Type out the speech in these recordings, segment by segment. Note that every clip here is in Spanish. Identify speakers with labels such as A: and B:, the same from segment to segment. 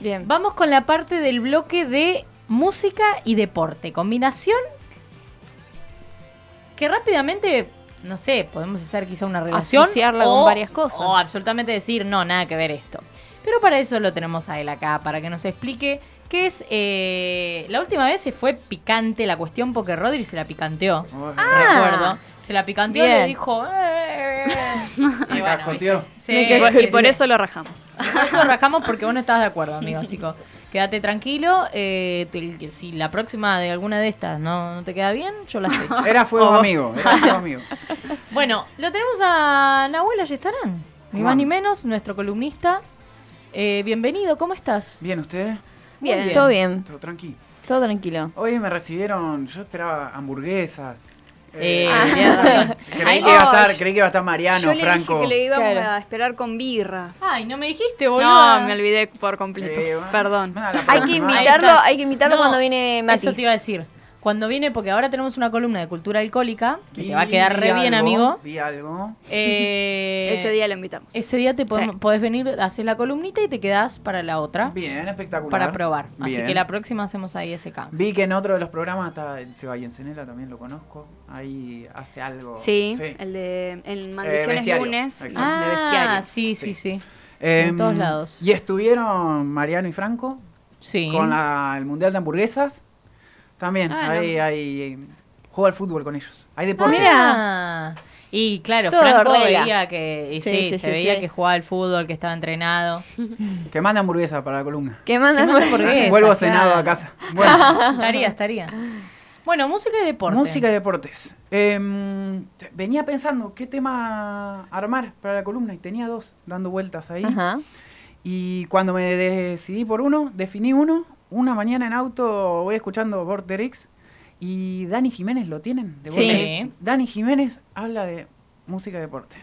A: Bien.
B: Vamos con la parte del bloque de música y deporte. Combinación que rápidamente, no sé, podemos hacer quizá una relación.
A: Asociarla con varias cosas.
B: O absolutamente decir, no, nada que ver esto. Pero para eso lo tenemos a él acá, para que nos explique qué es. eh, la última vez se fue picante la cuestión porque Rodri se la picanteó. Recuerdo. Se la picanteó y
A: Ah. Bien.
B: le dijo. "Eh". Y bueno,
C: cascoteó.
B: sí,
D: Me quedé-
B: sí,
D: y por
B: sí.
D: eso lo rajamos.
B: Por eso rajamos porque vos no estás de acuerdo, amigo. Así que quédate tranquilo. eh, te- si la próxima de alguna de estas no, no te queda bien, yo las echo.
C: Era fuego amigo, era fuego amigo.
B: Bueno, lo tenemos a Nahuel Ayestarán. Ni más
C: Vamos.
B: ni menos, nuestro columnista. Eh, bienvenido, ¿cómo estás?
C: Bien, ¿ustedes?
A: Bien,
B: Muy bien.
A: todo bien,
C: Todo tranqui.
A: todo tranquilo.
C: Hoy me recibieron, yo esperaba hamburguesas.
B: Eh,
C: Eh,
B: tenés razón.
C: creí,
B: Ay,
C: que iba a
D: oh,
C: estar, creí que iba a estar Mariano,
D: Yo le
C: Franco.
D: dije que le íbamos
A: Claro.
D: a esperar con birras.
B: Ay, no me dijiste, boludo.
D: no, me olvidé por completo.
C: Eh, bueno,
D: Perdón.
C: nada, la
A: Hay que
C: próxima.
A: invitarlo,
B: estás.
A: hay que invitarlo
B: No,
A: cuando viene Mati.
B: Eso te iba a decir. Cuando viene, porque ahora tenemos una columna de cultura alcohólica, que
C: Vi-
B: te va a quedar re
C: vi
B: bien,
C: algo,
B: amigo.
C: Vi algo.
B: Eh,
D: Ese día lo invitamos.
B: Ese día te podemos-
A: Sí.
B: podés venir, haces la columnita y te quedás para la otra,
C: Bien, espectacular.
B: para probar. Así
C: Bien.
B: que la próxima hacemos ahí ese cambio.
C: Vi que en otro de los programas está el Sebastián Cenela, también lo conozco. Ahí hace algo.
D: Sí, el de en Maldiciones
C: Oh, Eh, bestiario.
D: Lunes,
C: Exacto.
D: no, de bestiario.
B: Ah, sí, sí, sí.
C: Eh,
B: en todos lados.
C: Y estuvieron Mariano y Franco
B: Sí. Ah,
C: con la- el Mundial de Hamburguesas. También,
D: Ah,
C: ahí, ahí juego al fútbol con ellos. Hay deporte.
B: Ah, Y claro,
A: Todo
B: Franco
A: regla.
B: veía que, y sí,
A: Sí, sí,
B: se
A: sí,
B: veía
A: sí.
B: que jugaba al fútbol, que estaba entrenado.
C: Que manda hamburguesa para la columna.
A: Que manda
B: Te mando por qué. Esa,
C: Vuelvo
B: claro.
C: cenado a casa. Bueno,
B: estaría, estaría. Bueno, música y deporte.
C: música y deportes. Em, te- venía pensando qué tema armar para la columna y tenía dos dando vueltas ahí.
A: Ajá.
C: Y cuando me decidí por uno, definí uno. Una mañana en auto voy escuchando Vorterix y Dani Jiménez, ¿lo tienen? De
B: Sí.
C: Vorterix. Dani Jiménez habla de música y deporte.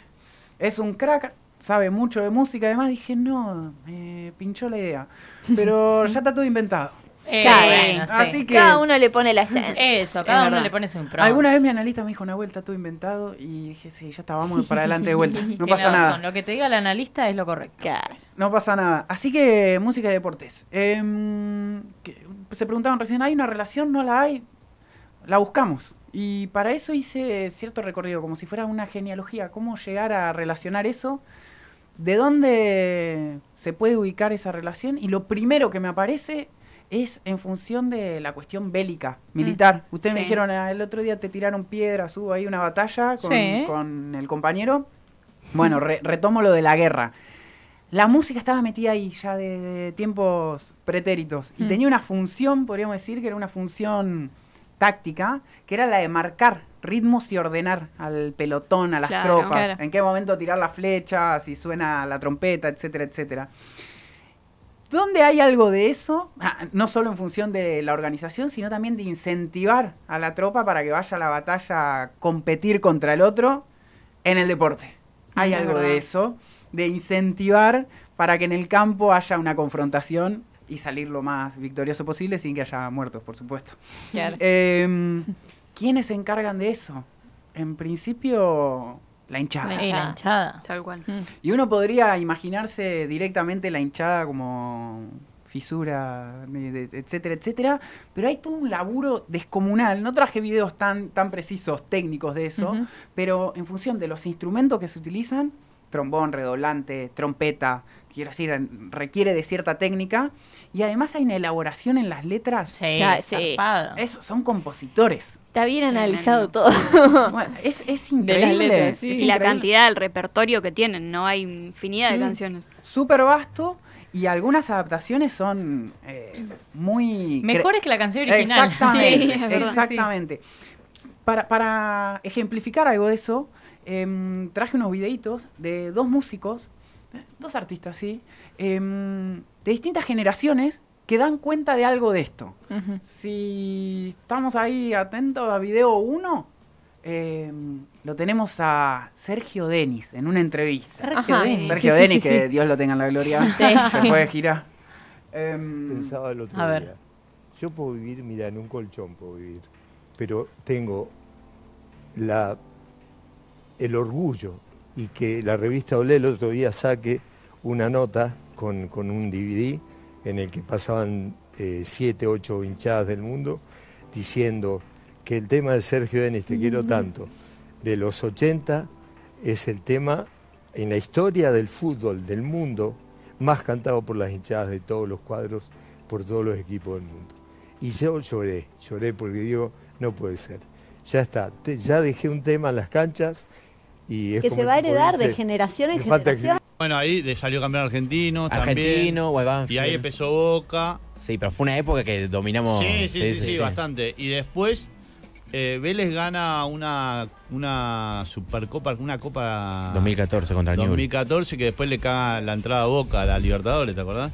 C: Es un crack, sabe mucho de música. Además dije, no, me pinchó la idea. Pero ya está todo inventado.
B: Eh,
A: Claro.
B: bueno, sí.
C: Así que
A: Cada uno le pone la esencia.
B: Eso,
A: Es
B: cada uno
A: verdad.
B: le pones un pro.
C: alguna vez mi analista me dijo, una vuelta todo inventado. Y dije, sí, ya está, vamos para adelante de vuelta. No pasa nada.
B: Lo que te diga el analista es lo correcto.
A: Claro.
C: No pasa nada. Así que música y deportes. Em, que- se preguntaban recién, ¿hay una relación? ¿No la hay? La buscamos. Y para eso hice cierto recorrido, como si fuera una genealogía. ¿Cómo llegar a relacionar eso? ¿De dónde se puede ubicar esa relación? Y lo primero que me aparece es en función de la cuestión bélica, militar. Ustedes me
D: sí.
C: dijeron, "Ah, el otro día te tiraron piedras, hubo ahí una batalla con,
B: Sí.
C: con el compañero. Bueno, re- retomo lo de la guerra. La música estaba metida ahí ya de, de tiempos pretéritos y
B: Mm.
C: tenía una función, podríamos decir, que era una función táctica, que era la de marcar ritmos y ordenar al pelotón, a las
D: Claro.
C: tropas,
B: Claro.
C: en qué momento tirar la flecha, si suena la trompeta, etcétera, etcétera. ¿Dónde hay algo de eso? Ah, no solo en función de la organización, sino también de incentivar a la tropa para que vaya a la batalla a competir contra el otro en el deporte. Hay
D: Es
C: algo
D: verdad.
C: de eso, de incentivar para que en el campo haya una confrontación y salir lo más victorioso posible sin que haya muertos, por supuesto.
B: Claro.
C: Em, ¿Quiénes se encargan de eso? En principio, la hinchada.
B: Y la hinchada.
D: Tal cual.
C: Y uno podría imaginarse directamente la hinchada como fisura, de- de- etcétera, etcétera, pero hay todo un laburo descomunal. No traje videos tan, tan precisos, técnicos de eso,
B: Ujú.
C: pero en función de los instrumentos que se utilizan, trombón, redoblante, trompeta, quiero decir, en- requiere de cierta técnica, y además hay una elaboración en las letras.
B: Sí,
A: Ya, sí.
B: zarpado.
C: Eso, son compositores.
A: Está bien analizado
D: Tremendo.
A: todo.
C: Bueno, es, es increíble.
A: letras, sí.
C: es
D: y la
C: increíble.
D: cantidad, el repertorio que tienen, ¿no? Hay infinidad de
C: Mm.
D: canciones.
C: súper vasto y algunas adaptaciones son eh, muy... cre-
B: Mejor es que la canción original.
C: Exactamente.
D: Sí, es verdad,
C: exactamente. Para, para ejemplificar algo de eso, em, traje unos videitos de dos músicos, eh, dos artistas, sí, em, de distintas generaciones que dan cuenta de algo de esto. Si estamos ahí atentos a video 1, lo tenemos a Sergio Denis en una entrevista.
B: Sergio
A: Ajá.
B: Denis. Sí,
C: Sergio
B: sí,
C: Denis,
B: sí,
C: que
B: sí.
C: Dios lo tenga en la gloria.
A: Sí.
C: Se fue de gira. Em,
E: Pensaba el otro
B: Mm. A
E: día.
B: ver.
E: Yo puedo vivir, mira, en un colchón puedo vivir, pero tengo la, el orgullo y que la revista Olé el otro día saque una nota con, con un DVD en el que pasaban eh, siete, ocho hinchadas del mundo diciendo que el tema de Sergio Denis, te
B: Mm.
E: quiero tanto, de los 80 es el tema en la historia del fútbol del mundo más cantado por las hinchadas de todos los cuadros, por todos los equipos del mundo. Y yo lloré, lloré porque digo, no puede ser. Ya está, te- ya dejé un tema en las canchas y es
A: Que
E: como
A: se va a
E: el tipo
A: heredar de
E: dice,
A: generación en
E: "Me falta que-
A: generación.
F: Bueno, ahí de- salió campeón argentino,
G: Argentino,
F: también.
G: Guaybanfield.
F: Y ahí empezó Boca.
G: Sí, pero fue una época que dominamos.
F: sí, sí, sí, sí, bastante. Y después eh, Vélez gana una, una supercopa, una copa
G: 2014 contra Newell's.
F: 2014 que después le caga la entrada a Boca a la Libertadores, ¿te acordás?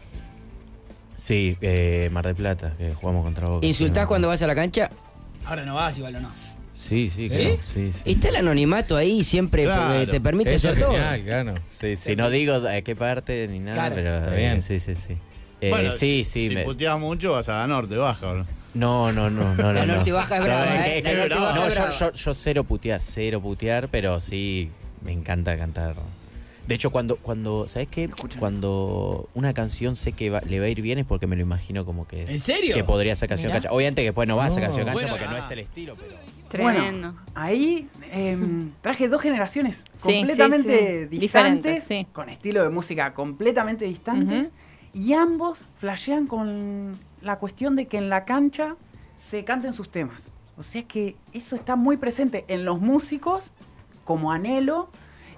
G: Sí, eh, Mar del Plata, que jugamos contra Boca.
H: ¿Insultás
G: Sí,
H: cuando vas a la cancha?
I: Ahora no vas igual o no.
G: Sí, sí,
I: ¿Sí?
G: claro. Sí, sí.
H: Y Está el anonimato ahí siempre
F: Claro.
H: porque eh, te permite
J: Eso es
H: hacer todo.
J: genial, claro. Sí, sí.
G: Si no digo de qué parte ni nada,
I: Claro.
G: pero.
J: Está
G: eh,
J: bien.
G: Sí, sí, sí. Eh,
F: Bueno,
G: sí, sí.
F: Si
G: me-
F: puteas mucho, vas a la norte, baja, bro.
G: No, no, no, no.
H: La
G: no,
H: norte
G: no.
H: baja es
G: No,
H: brava,
G: es que-
H: ¿eh?
G: es
H: La
G: que-
H: norte
G: no,
H: baja es
G: yo,
H: brava.
G: yo- yo cero putear, cero putear, pero sí me encanta cantar. De hecho, cuando, cuando ¿sabes qué? Cuando una canción sé que va- le va a ir bien es porque me lo imagino como que es-
I: ¿En serio?
G: Que podría ser canción
B: Mirá.
G: cancha. Obviamente que después no va a ser
J: No.
G: canción cancha
I: Bueno,
G: porque no
I: ah.
G: es el estilo, pero...
D: Tremendo.
C: Bueno, ahí em, traje dos generaciones
B: Sí,
A: Hmm.
C: completamente
A: sí, sí.
C: distantes,
A: Diferentes, sí.
C: con estilo de música completamente distantes, y ambos flashean con la cuestión de que en la cancha se canten sus temas. O sea que eso está muy presente en los músicos como anhelo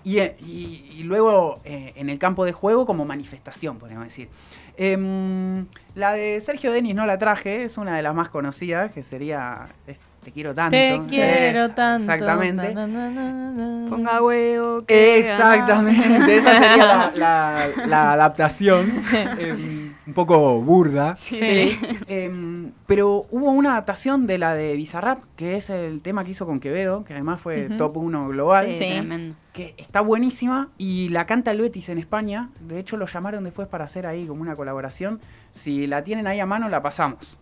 C: y, eh, y- y luego eh, en el campo de juego como manifestación, podríamos decir. Em, la de Sergio Denis no la traje, es una de las más conocidas, que sería es Te quiero tanto.
B: Te quiero
C: Esa,
B: tanto.
C: Exactamente. Eh,
B: Na, na, na, na, na.
D: Ponga huevo. que
C: Exactamente, esa sería la, la- la adaptación, em, un poco burda.
D: Sí.
C: Em, pero hubo una adaptación de la de Bizarrap, que es el tema que hizo con Quevedo, que además fue
A: Ujú.
C: top 1 global.
D: Sí,
A: Sí.
D: tremendo.
C: que está buenísima y la canta el Betis en España. De hecho, lo llamaron después para hacer ahí como una colaboración. Si la tienen ahí a mano, la pasamos.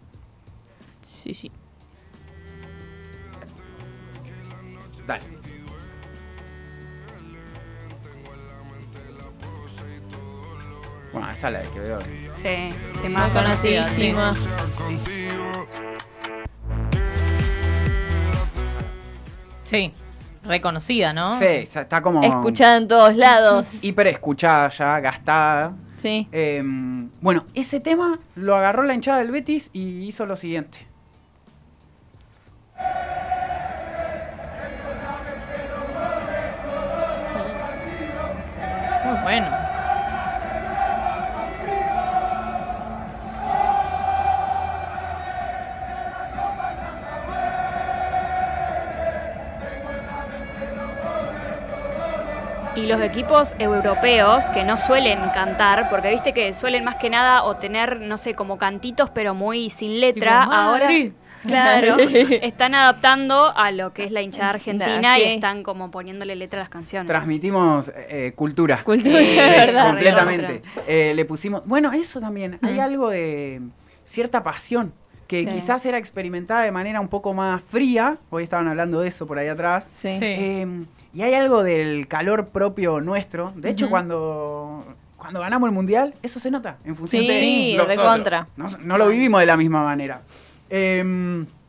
A: Sí, sí.
C: Dale. Bueno, esa es la de que veo.
D: Sí,
B: Muy
D: temazo.
B: conocidísima. Sí, reconocida, ¿no?
C: Sí, o sea, está como
A: Escuchada en todos lados.
C: hiper escuchada ya, gastada.
A: Sí.
C: Em, bueno, ese tema lo agarró la hinchada del Betis y hizo lo siguiente.
B: Muy bueno.
D: Y los equipos europeos que no suelen cantar, porque viste que suelen más que nada o tener, no sé, como cantitos, pero muy sin letra.
B: Tipo,
D: Ahora,
B: Madrid.
D: claro, están adaptando a lo que es la hinchada argentina
A: Sí.
D: y están como poniéndole letra a las canciones.
C: Transmitimos eh, cultura.
A: Cultura,
C: Sí,
A: ¿verdad?
C: Completamente. Eh, le pusimos. Bueno, eso también. Hay algo de cierta pasión que
A: Sí.
C: quizás era experimentada de manera un poco más fría. Hoy estaban hablando de eso por ahí atrás.
A: Sí.
B: Sí.
C: Eh, y hay algo del calor propio nuestro. De hecho,
B: Ujú.
C: cuando, cuando ganamos el mundial, eso se nota en función
A: Sí,
C: de.
A: sí,
C: los
A: recontra.
C: otros. No, no lo vivimos de la misma manera. Eh,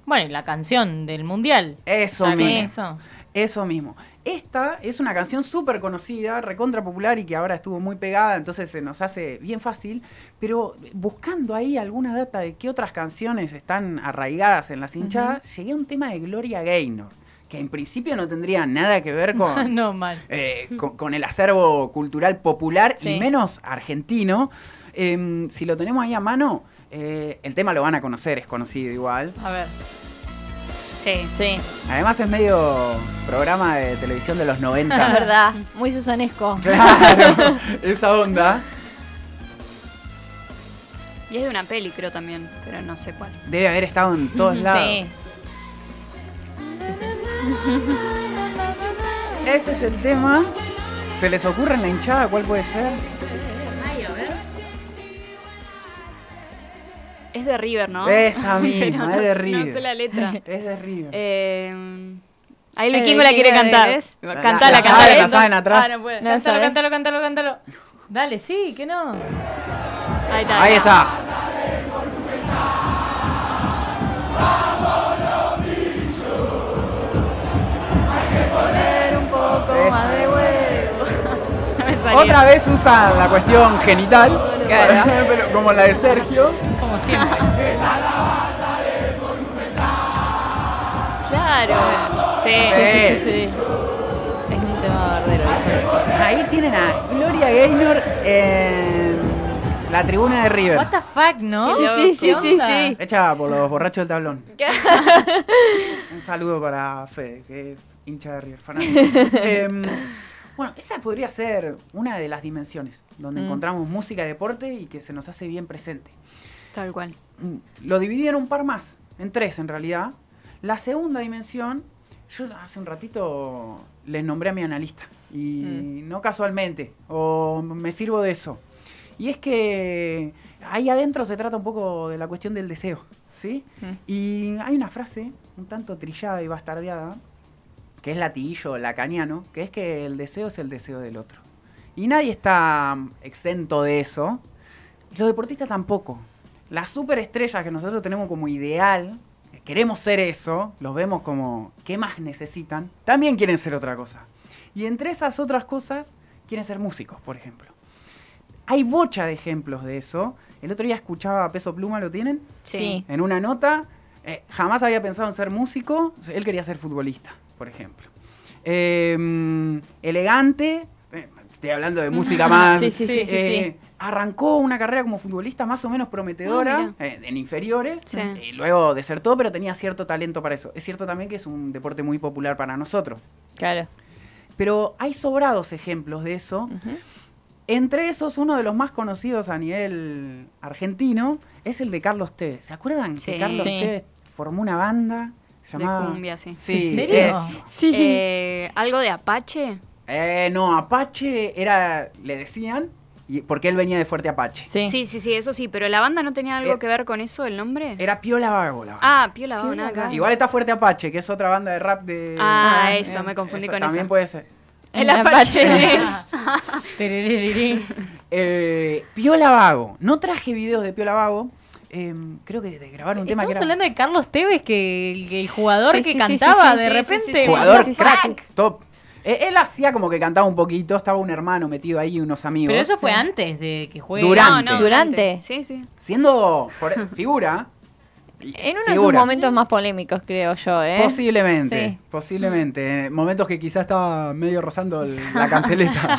B: Bueno, y la canción del mundial.
C: eso
B: Ya con
C: mismo.
B: eso.
C: Eso mismo. Esta es una canción súper conocida, recontra popular y que ahora estuvo muy pegada, entonces se nos hace bien fácil. Pero buscando ahí alguna data de qué otras canciones están arraigadas en las hinchadas, llegué a un tema de Gloria Gaynor, que en principio no tendría nada que ver con,
B: no mal.
C: eh, con, con el acervo cultural popular y
A: Sí.
C: menos argentino. Em, si lo tenemos ahí a mano, eh, el tema lo van a conocer, es conocido igual.
B: A ver.
D: Sí.
A: Sí.
C: Además es medio programa de televisión de los 90.
A: Es verdad. Muy susanesco.
C: Claro, esa onda
D: Y es de una peli, creo también, pero no sé cuál.
C: debe haber estado en todos lados.
A: Sí.
C: Ese es el tema. ¿Se les ocurre en la hinchada cuál puede ser?
D: Es de River, ¿no?
C: Esa
D: Pero
C: misma, es de
D: no- No
C: River.
D: sé la letra.
C: Es de River.
D: Eh, ahí el
A: Eh,
D: vikingo la quiere
A: vikingo,
D: cantar.
A: ¿ves?
D: Cantala,
C: La
D: cantala.
C: saben, la saben atrás.
D: Ah, no puede.
A: No
B: cántalo,
A: sabes.
B: cántalo, cántalo, cántalo. Dale, sí, que no.
D: Ahí Ahí está.
C: Ahí está.
D: Poner un poco
C: Eh.
D: más de huevo. No me salía.
C: Otra vez usan la cuestión genital,
D: Claro.
C: pero como la de Sergio.
B: Como siempre.
D: Claro. Sí.
C: Sí,
A: Sí. Es un tema verdadero.
C: Ahí tienen a Gloria Gaynor en la tribuna de River.
B: What the fuck, ¿no?
A: Sí, sí, sí,
B: ¿Qué
A: sí,
B: onda?
A: sí.
C: Hecha por los borrachos del tablón. Un saludo para Fede, que es hincha de River, fanático. Em, bueno, esa podría ser una de las dimensiones donde
A: Mm.
C: encontramos música y deporte y que se nos hace bien presente.
D: Tal cual.
C: Mm, Lo dividí en un par más, en tres en realidad. La segunda dimensión, yo hace un ratito les nombré a mi analista, y no casualmente, o me sirvo de eso. Y es que ahí adentro se trata un poco de la cuestión del deseo, ¿sí?
A: Mm.
C: Y hay una frase un tanto trillada y bastardeada, que es latillo, lacaniano, que es que el deseo es el deseo del otro. Y nadie está exento de eso. Los deportistas tampoco. Las superestrellas que nosotros tenemos como ideal, que queremos ser eso, los vemos como, ¿qué más necesitan? También quieren ser otra cosa. Y entre esas otras cosas, quieren ser músicos, por ejemplo. Hay bocha de ejemplos de eso. El otro día escuchaba a Peso Pluma, ¿lo tienen?
A: Sí.
C: en una nota, eh, jamás había pensado en ser músico, él quería ser futbolista, por ejemplo. Eh, elegante, eh, estoy hablando de música más.
A: Sí, sí, sí, sí,
C: eh, Arrancó una carrera como futbolista más o menos prometedora,
D: Ah,
C: eh, en inferiores,
D: Sí.
C: y luego desertó, pero tenía cierto talento para eso. Es cierto también que es un deporte muy popular para nosotros.
A: Claro.
C: Pero hay sobrados ejemplos de eso.
A: Ujú.
C: Entre esos, uno de los más conocidos a nivel argentino es el de Carlos Tevez. ¿Se acuerdan que
D: Sí.
C: Carlos
A: Sí.
C: Tevez formó una banda? Se
D: De
C: llamaba...
D: cumbia, sí.
C: Sí,
B: ¿En serio?
C: eso.
A: Sí.
D: Eh, ¿Algo de Apache?
C: Eh, no, Apache era, le decían, y, porque él venía de Fuerte Apache.
A: sí.
D: Sí, sí, sí, eso sí. Pero la banda no tenía algo
C: Eh.
D: que ver con eso, el nombre.
C: Era Piola Vago la banda.
D: Ah, Piola Vago, nada que ver.
C: Igual está Fuerte Apache, que es otra banda de rap de...
D: Ah, eso, me confundí con
C: También
D: esa.
C: puede ser.
D: El Apache es.
B: Tererereré.
C: Eh, Piola Vago. No traje videos de Piola Vago. eh, creo que de grabar un
D: Eh,
C: tema que
B: Estamos
C: era...
B: hablando de Carlos Tevez, que el, el jugador
A: Sí,
B: que
A: sí, sí,
B: cantaba
A: sí, sí,
B: de
A: sí,
B: repente.
A: sí, sí, sí.
C: jugador
A: Sí, sí, sí.
C: crack,
A: Crack.
C: top. Eh, él hacía como que cantaba un poquito, estaba un hermano metido ahí y unos amigos.
B: Pero eso fue antes de que juegue.
C: Durán.
D: No, no,
A: Durante.
D: Sí, sí.
C: Siendo for- figura. y-
A: En uno de sus
C: figura.
A: momentos más polémicos, creo yo, ¿eh?
C: Posiblemente,
A: Sí.
C: posiblemente. Eh, Momentos que quizás estaba medio rozando el- la canceleta.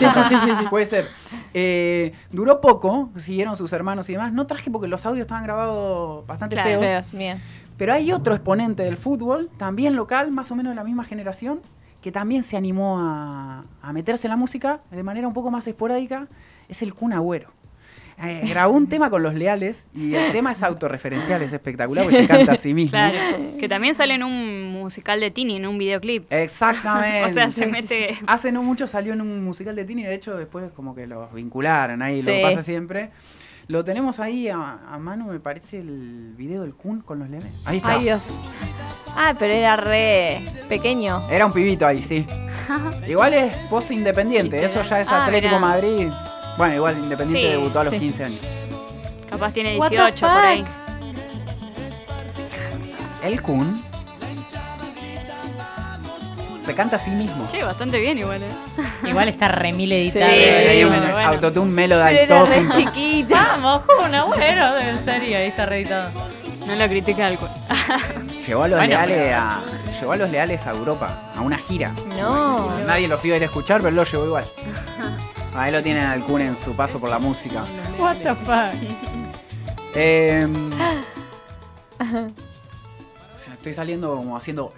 C: Puede ser. Eh, duró poco, siguieron sus hermanos y demás. No traje porque los audios estaban grabados bastante
D: Claro,
C: feos.
A: Feos, bien.
C: Pero hay otro exponente del fútbol, también local, más o menos de la misma generación, que también se animó a, a meterse en la música de manera un poco más esporádica, es el Kun Agüero. Eh, grabó un tema con los leales y el tema es autorreferencial, es espectacular porque se canta a sí mismo.
D: Claro. Que también sale en un musical de Tini, en un videoclip.
C: Exactamente.
D: O sea, se mete-
C: Hace no mucho salió en un musical de Tini, de hecho después como que los vincularon ahí, lo
A: Sí.
C: que pasa siempre. Lo tenemos ahí a, a mano, me parece, el video del Kun con los leales. Ahí está.
A: Ay, Dios. Ah, pero era re pequeño.
C: Era un pibito ahí, sí. Igual es post independiente, eso ya es
D: Ah,
C: Atlético
D: mirá.
C: Madrid. Bueno, igual Independiente
D: Sí,
C: debutó a los
A: sí.
C: 15 años.
D: Capaz tiene
A: What the
D: 18 por ahí.
C: El Kun se canta a sí mismo.
D: Che, bastante bien igual, ¿eh?
B: Igual está remil editado.
A: Sí,
C: Le dio un
D: bueno, bueno.
C: Autotune Melo del
A: Pero era re
C: top.
A: chiquita.
B: Vamos, como un agüero, en serio, ahí está reeditado.
D: No lo critica al cual.
C: Llevó a los
B: Bueno,
C: leales a. Llevó a los leales a Europa, a una gira.
A: No.
C: Nadie los iba a ir a escuchar, pero él lo llevó igual. Ahí lo tienen al Kun en su paso por la música.
B: What the fuck.
C: Eh, o sea, estoy saliendo como haciendo.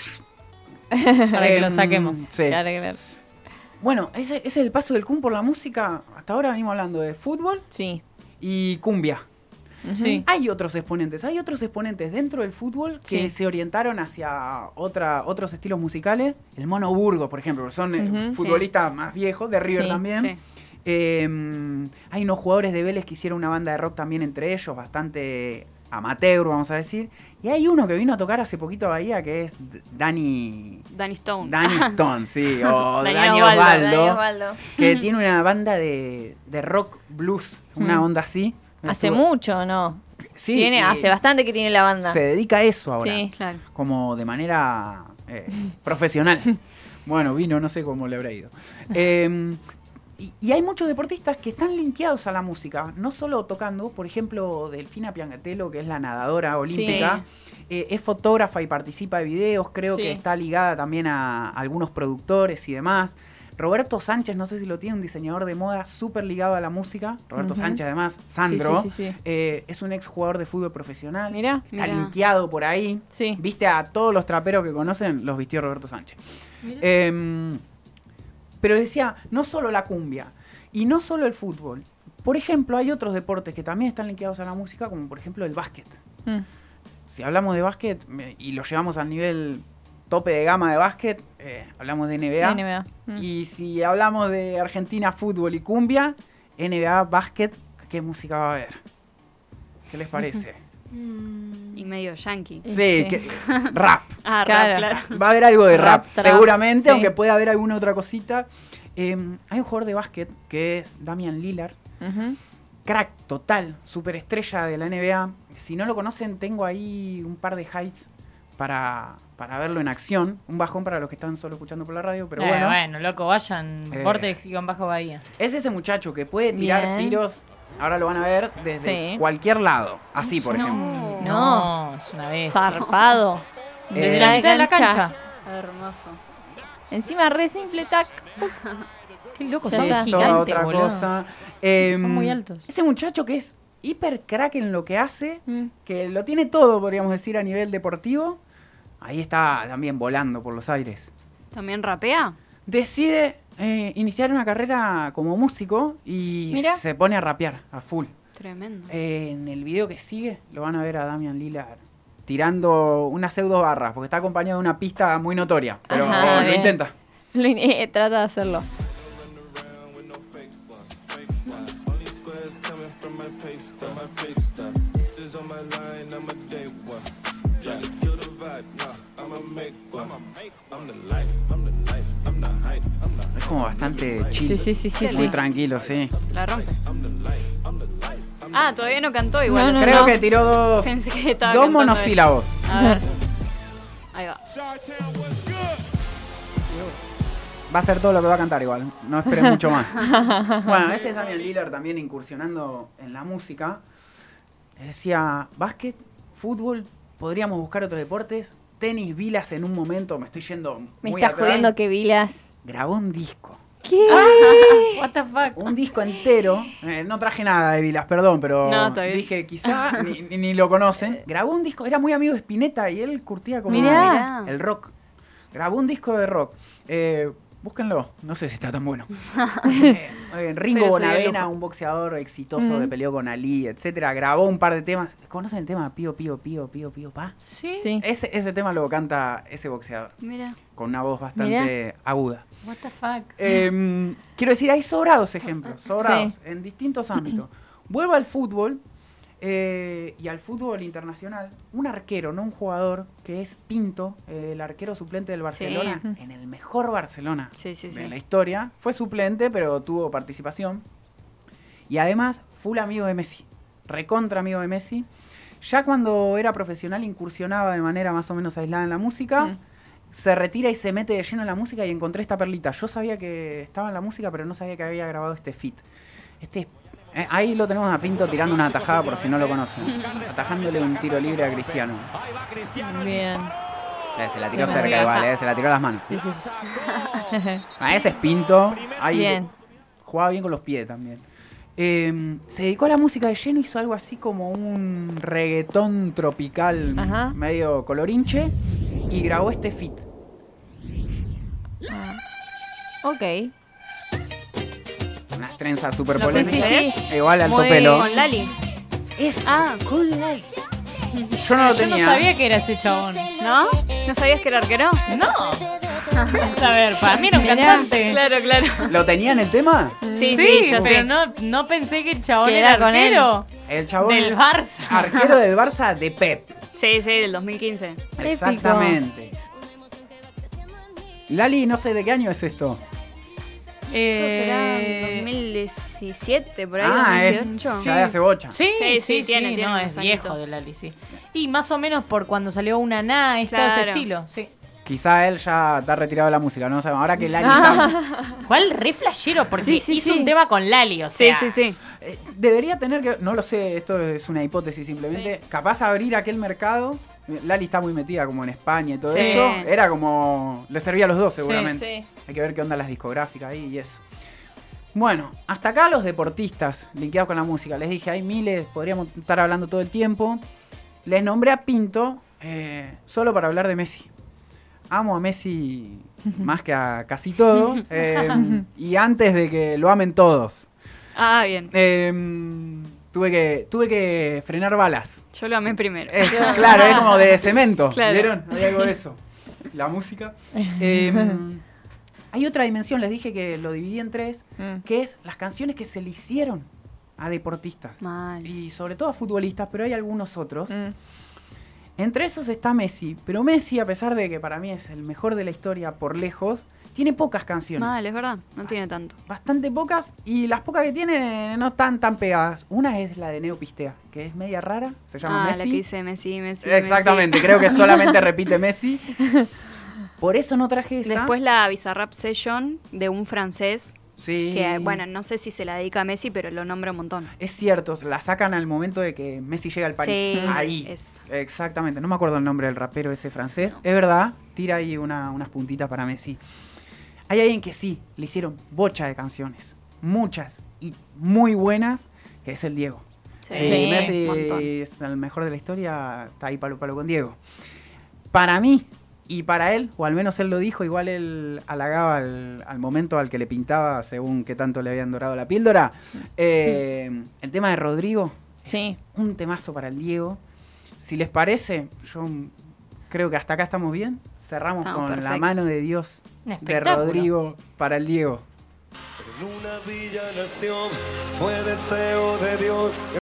B: Para que lo
C: Em,
B: saquemos.
C: sí.
A: Claro, claro.
C: Bueno, ese, ese es el paso del Kun por la música. Hasta ahora venimos hablando de fútbol
A: Sí.
C: y cumbia.
B: Sí.
C: Hay otros exponentes, hay otros exponentes dentro del fútbol que
A: Sí.
C: se orientaron hacia otra, otros estilos musicales. El Mono Burgos, por ejemplo, son eh,
A: Ujú, sí.
C: futbolistas más viejos, de River
A: Sí,
C: también.
D: Sí.
C: Eh, hay unos jugadores de Vélez que hicieron una banda de rock también entre ellos, bastante amateur, vamos a decir. Y hay uno que vino a tocar hace poquito a Bahía, que es D- Dani...
D: Danny Stone.
C: Dani Stone, sí, o
D: Dani
C: Dani
D: Osvaldo,
C: Osvaldo, que tiene una banda de, de rock blues, una onda así,
A: Mm. Hace
C: Estuvo-
A: mucho, ¿no?
C: Sí,
A: tiene,
C: y
A: hace bastante que tiene la banda.
C: Se dedica a eso ahora.
A: Sí.
D: Claro.
C: como de manera eh, profesional. Bueno, vino, no sé cómo le habrá ido. Eh, y, y hay muchos deportistas que están linkeados a la música, no solo tocando, por ejemplo, Delfina Piangatelo, que es la nadadora olímpica, eh, es fotógrafa y participa de videos, creo
A: Sí.
C: que está ligada también a algunos productores y demás. Roberto Sánchez, no sé si lo tiene, un diseñador de moda súper ligado a la música. Roberto
A: Ujú.
C: Sánchez, además, Sandro,
A: Sí, sí, sí, sí.
C: eh, es un ex jugador de fútbol profesional.
A: Mirá.
C: Está
D: Mirá.
C: linkeado por ahí.
A: Sí.
C: Viste a todos los traperos que conocen, los vistió Roberto Sánchez.
B: Mirá.
C: Em, pero decía, no solo la cumbia y no solo el fútbol. Por ejemplo, hay otros deportes que también están linkeados a la música, como por ejemplo el básquet.
A: Mm.
C: Si hablamos de básquet me- y lo llevamos al nivel tope de gama de básquet, eh, hablamos de NBA.
A: NBA. Mm.
C: Y si hablamos de Argentina, fútbol y cumbia, NBA, básquet, ¿qué música va a haber? ¿Qué les parece?
D: Y medio yankee.
C: sí,
A: Sí.
C: que- rap.
D: Ah,
A: Claro.
D: rap, claro.
C: Va a haber algo de rap,
A: Rap, trap,
C: seguramente,
A: sí.
C: aunque pueda haber alguna otra cosita. Eh, hay un jugador de básquet que es Damian Lillard,
A: Ujú.
C: crack total, superestrella de la NBA. Si no lo conocen, tengo ahí un par de highs para, para verlo en acción. Un bajón para los que están solo escuchando por la radio, pero
B: Eh,
C: bueno.
B: bueno. loco, vayan.
C: Eh.
B: Vortex y con Bajo Bahía.
C: Es ese muchacho que puede tirar
A: Bien.
C: tiros, ahora lo van a ver, desde
A: Sí.
C: cualquier lado. Así, por ejemplo.
B: No, es una vez.
A: Zarpado.
C: Eh,
B: Desde la mitad de la cancha.
D: Hermoso.
A: Encima re simple tac.
B: Qué loco,
A: Ya
B: son
A: está.
B: gigantes,
C: Toda otra
B: boludo.
C: cosa. Eh,
B: Son muy altos.
C: Ese muchacho que es hiper crack en lo que hace,
A: Mm.
C: que lo tiene todo, podríamos decir, a nivel deportivo. Ahí está también volando por los aires.
D: ¿También rapea?
C: Decide eh, iniciar una carrera como músico y
A: Mira.
C: se pone a rapear a full.
D: Tremendo.
C: Eh, en el video que sigue lo van a ver a Damian Lillard tirando unas pseudo barras, porque está acompañado de una pista muy notoria, pero
A: Ajá,
C: lo
A: bien.
C: intenta.
A: Lo in- eh, trata de hacerlo.
C: Es como bastante chill,
A: Sí, sí, sí, sí.
C: muy
A: sí.
C: tranquilo, sí.
D: La rompe. Ah, todavía no cantó igual.
A: No, no,
C: Creo
A: no.
C: que tiró dos,
D: Pensé que estaba
C: dos
D: cantando él.
C: monosílabos.
D: A ver. Ahí va.
C: Va a ser todo lo que va a cantar igual, no esperes mucho más. bueno, ese es Damian Lillard también incursionando en la música. Le Decía, básquet, fútbol, podríamos buscar otros deportes, tenis, vilas en un momento, me estoy yendo
A: Me
C: muy
A: estás
C: atrás.
A: jodiendo que vilas.
C: Grabó un disco,
A: ¿Qué?
B: What the fuck.
C: un disco entero. Eh, no traje nada de vilas, perdón, pero
D: No, está bien.
C: dije, quizá ni, ni- ni lo conocen. Grabó un disco, era muy amigo de Spinetta y él curtía como
A: Mirá.
C: el rock. Grabó un disco de rock. Eh, búsquenlo, no sé si está tan bueno. Eh, eh, Ringo
D: Pero se dio el
C: Bonavena,
D: lujo.
C: un boxeador exitoso
A: Mm.
C: que peleó con Ali, etcétera. Grabó un par de temas. ¿Conocen el tema Pío, Pío, Pío, Pío, Pío, Pa?
B: Sí.
A: Sí.
C: Ese, ese tema lo canta ese boxeador,
D: Mira.
C: con una voz bastante aguda.
B: What the fuck.
C: Eh, quiero decir, hay sobrados ejemplos, sobrados,
A: Sí.
C: en distintos ámbitos. Vuelvo al fútbol eh, y al fútbol internacional. Un arquero, no un jugador, que es Pinto, eh, el arquero suplente del Barcelona,
A: Ujú.
C: en el mejor Barcelona
D: Sí, sí,
C: de la
D: sí.
C: historia. Fue suplente, pero tuvo participación. Y además, full amigo de Messi, recontra amigo de Messi. Ya cuando era profesional incursionaba de manera más o menos aislada en la música.
A: Mm.
C: Se retira y se mete de lleno en la música y encontré esta perlita. Yo sabía que estaba en la música, pero no sabía que había grabado este fit. Este, eh, ahí lo tenemos a Pinto tirando una atajada por si no lo conocen. Atajándole un tiro libre a Cristiano.
A: Bien.
C: Eh, se la tiró
A: Sí,
C: cerca
A: ajá.
C: igual, eh, se la tiró a las manos.
A: Sí, sí. sí.
C: A ese es Pinto. Ahí
A: Bien.
C: Jugaba bien con los pies también. Eh, se dedicó a la música de lleno, hizo algo así como un reggaetón tropical
A: Ajá.
C: medio colorinche y grabó este fit.
A: Ok.
C: Unas trenzas super
A: No sé, sí,
C: polémicas.
A: sí.
C: Igual alto
A: Muy-
C: pelo.
A: con
D: Lali.
C: Eso,
D: Ah.
C: con la- Yo no
B: Yo no
C: lo tenía.
B: sabía que era ese chabón.
D: ¿No? ¿No sabías que era arquero?
B: A ver, para mí era un
A: Mirá.
B: cantante.
D: Claro, claro.
C: ¿Lo tenía en el tema?
D: Sí, sí, yo
B: pero
D: sé.
B: no, no pensé que el chabón
A: Que
B: era,
A: era con él.
B: arquero
C: El chabón
B: del
C: es
B: Barça.
C: arquero del Barça de Pep.
D: Sí, sí, del 2015.
A: Épico.
C: Exactamente. Lali, no sé de qué año es esto.
D: Esto será
B: Eh,
D: 2017, por ahí.
C: Ah, es
D: 2018.
C: ya de hace bocha.
B: Eh, Sí, sí,
D: Sí,
B: sí,
D: sí, tiene- tiene
B: no,
D: unos
B: es viejo
D: añitos.
B: de Lali, sí. Y más o menos por cuando salió una na, es todo ese
D: Claro.
B: estilo, sí.
C: Quizá él ya está retirado de la música, no sabemos. Ahora que Lali está-
B: Igual re flashero, porque
A: Sí, sí,
B: hizo
A: sí.
B: un tema con Lali, o
D: Sí,
B: sea.
D: sí, sí.
C: eh, debería tener que. No lo sé, esto es una hipótesis simplemente. Capaz abrir aquel mercado. eh, Lali está muy metida como en España y todo
B: Sí.
C: eso. Era como. Le servía a los dos seguramente.
A: Sí.
C: Hay que ver qué onda las discográficas ahí y eso. Bueno, hasta acá los deportistas linkeados con la música. Les dije, hay miles, podríamos estar hablando todo el tiempo. Les nombré a Pinto eh, solo para hablar de Messi. Amo a Messi más que a casi todo. eh, y antes de que lo amen todos.
D: Ah, bien.
C: Eh, tuve, que, tuve que frenar balas.
D: Yo lo amé primero.
C: Es- claro, es como de cemento.
D: Claro.
C: ¿Vieron? Hay algo de eso. La música. Eh, hay otra dimensión, les dije que lo dividí en tres,
A: Mm.
C: que es las canciones que se le hicieron a deportistas.
D: Mal.
C: Y sobre todo a futbolistas, pero hay algunos otros.
A: Mm.
C: Entre esos está Messi. Pero Messi, a pesar de que para mí es el mejor de la historia por lejos, tiene pocas canciones.
D: Mal, es verdad. No tiene tanto.
C: Bastante pocas. Y las pocas que tiene no están tan pegadas. Una es la de Neopistea, que es media rara. Se llama
D: Ah,
C: Messi.
D: la que dice Messi, Messi.
C: Exactamente, creo que solamente repite Messi. Por eso no traje
D: Messi.
C: esa.
D: Después la Bizarrap Session de un francés.
C: sí.
D: Que, bueno, no sé si se la dedica a Messi, pero lo nombra un montón.
C: Es cierto, la sacan al momento de que Messi llega al París.
D: Sí,
C: ahí.
D: es-
C: Exactamente, no me acuerdo el nombre del rapero ese francés. Es verdad, tira ahí una- unas puntitas para Messi. Hay alguien que sí, le hicieron bocha de canciones. Muchas y muy buenas, que es el Diego.
D: Sí,
B: Sí.
C: Messi
D: un montón.
C: es el mejor de la historia, está ahí palo palo con Diego. Para mí y para él, o al menos él lo dijo, igual él halagaba al, al momento al que le pintaba según qué tanto le habían dorado la píldora. Eh, el tema de Rodrigo,
A: Sí.
C: un temazo para el Diego. Si les parece, yo creo que hasta acá estamos bien. Cerramos
D: Estamos
C: con la
D: perfecto.
C: mano de Dios
B: Un
C: de
B: espectáculo.
C: Rodrigo para el Diego.
E: En una villa nación fue deseo de Dios